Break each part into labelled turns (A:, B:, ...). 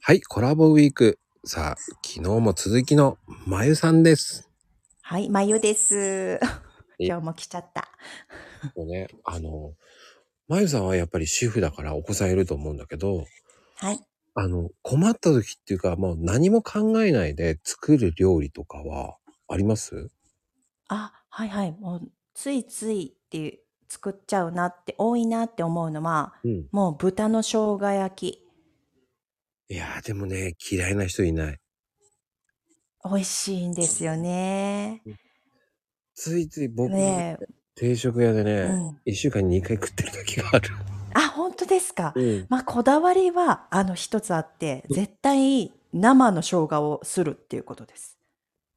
A: はい、コラボウィーク。さあ、昨日も続きのまゆさんです。
B: はい、まゆです。今日も来ちゃった。
A: もうね、あの、まゆさんはやっぱり主婦だからお子さんいると思うんだけど、
B: はい。
A: あの、困った時っていうか、もう何も考えないで作る料理とかはあります
B: あ、はいはい。もう、ついついって作っちゃうなって、多いなって思うのは、
A: うん。
B: もう豚の生姜焼き。
A: いやー、でもね、嫌いな人いない。
B: 美味しいんですよね。
A: ついつい僕、
B: ね
A: 定食屋で
B: え。う
A: ね、
B: ん。
A: 一週間に2回食ってる時がある。
B: あ、本当ですか。
A: うん。
B: まあ、こだわりは、あの、一つあって、絶対生の生姜をするっていうことです。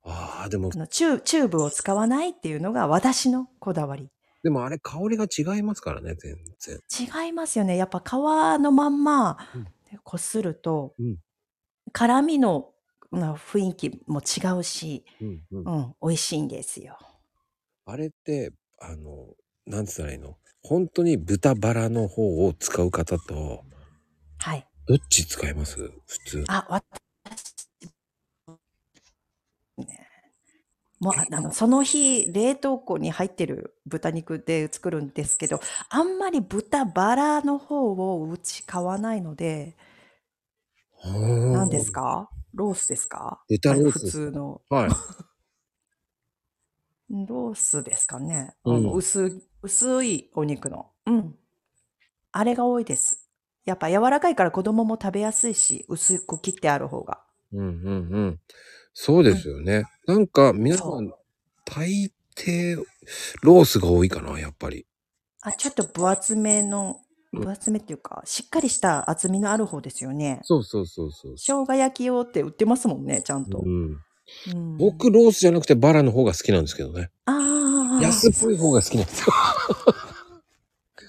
A: ああ、でも
B: あ、のチューチューブを使わないっていうのが私のこだわり。
A: でもあれ香りが違いますからね、全然。
B: 違いますよね。やっぱ皮のまんま
A: うん
B: こすると、
A: うん
B: 辛みのな雰囲気も違うし、
A: うん、うん
B: う。ん、美味しいんですよ。
A: あれって、あの、なんつったらいいの本当に豚バラの方を使う方と、
B: はい。
A: どっち使います普通。
B: あ、私、ねもうああのその日冷凍庫に入ってる豚肉で作るんですけどあんまり豚バラの方をうち買わないので
A: 何
B: 何ですかロースですか
A: 豚ロー
B: 普
A: スです
B: 通の
A: はい。
B: ロースですかね。あ
A: うん
B: の薄い薄いお肉の。うん。あれが多いです。やっぱ柔らかいから子供も食べやすいし、薄く切ってある方が。
A: うんうんうん。そうですよね。なんか皆さ
B: そ
A: ん、大抵、ロースが多いかな、やっぱり。
B: あ、ちょっと分厚めの、
A: うん
B: 分厚めっていうか、しっかりした厚みのある方ですよね。
A: そうそうそうそう。
B: 生姜焼き用って売ってますもんね、ちゃんと。
A: うん、
B: うん
A: 僕、ロースじゃなくてバラの方が好きなんですけどね。
B: ああ。
A: 安っぽい方が好きなん ですよ。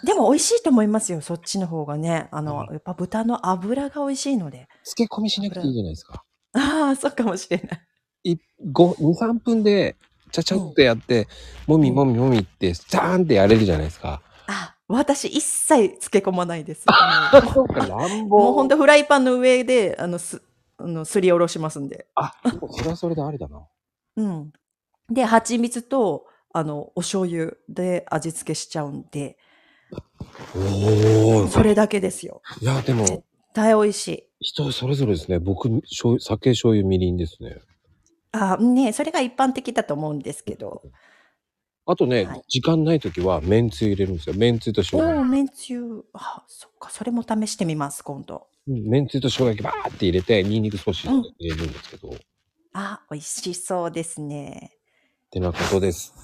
B: でも美味しいと思いますよ、そっちの方がね。あの
A: う、
B: やっぱ豚の脂が美味しいので。
A: 漬け込みしなくていいじゃないですか。
B: ああ、そうかもしれない。
A: 23分でちゃちゃっとやって、もみもみもみってジャーンってやれるじゃないですか。
B: あ、私一切漬け込まない です。
A: そうか乱暴
B: もうほんとフライパンの上で、あの、す、あの、すりおろしますんで。
A: あでもそれはそれでありだな。
B: うん。で、蜂蜜と、あの、お醤油で味付けしちゃうんで、
A: おお。
B: それだけですよ。
A: いやでも
B: 大美味しい。
A: 人それぞれですね。僕醤油酒醤油みりんですね。
B: あ、ねそれが一般的だと思うんですけど。
A: あとね、
B: はい
A: 時間ない時はめんつゆ入れるんですよ。めんつゆと
B: お
A: 醤油。
B: お、めんつゆ。あ、そっか、それも試してみます、今度。
A: うんめんつゆと醤油バーって入れてニンニク少し入れるんですけど。
B: あ、美味しそうですね。
A: ってなことです。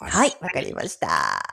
B: はい、わかりました。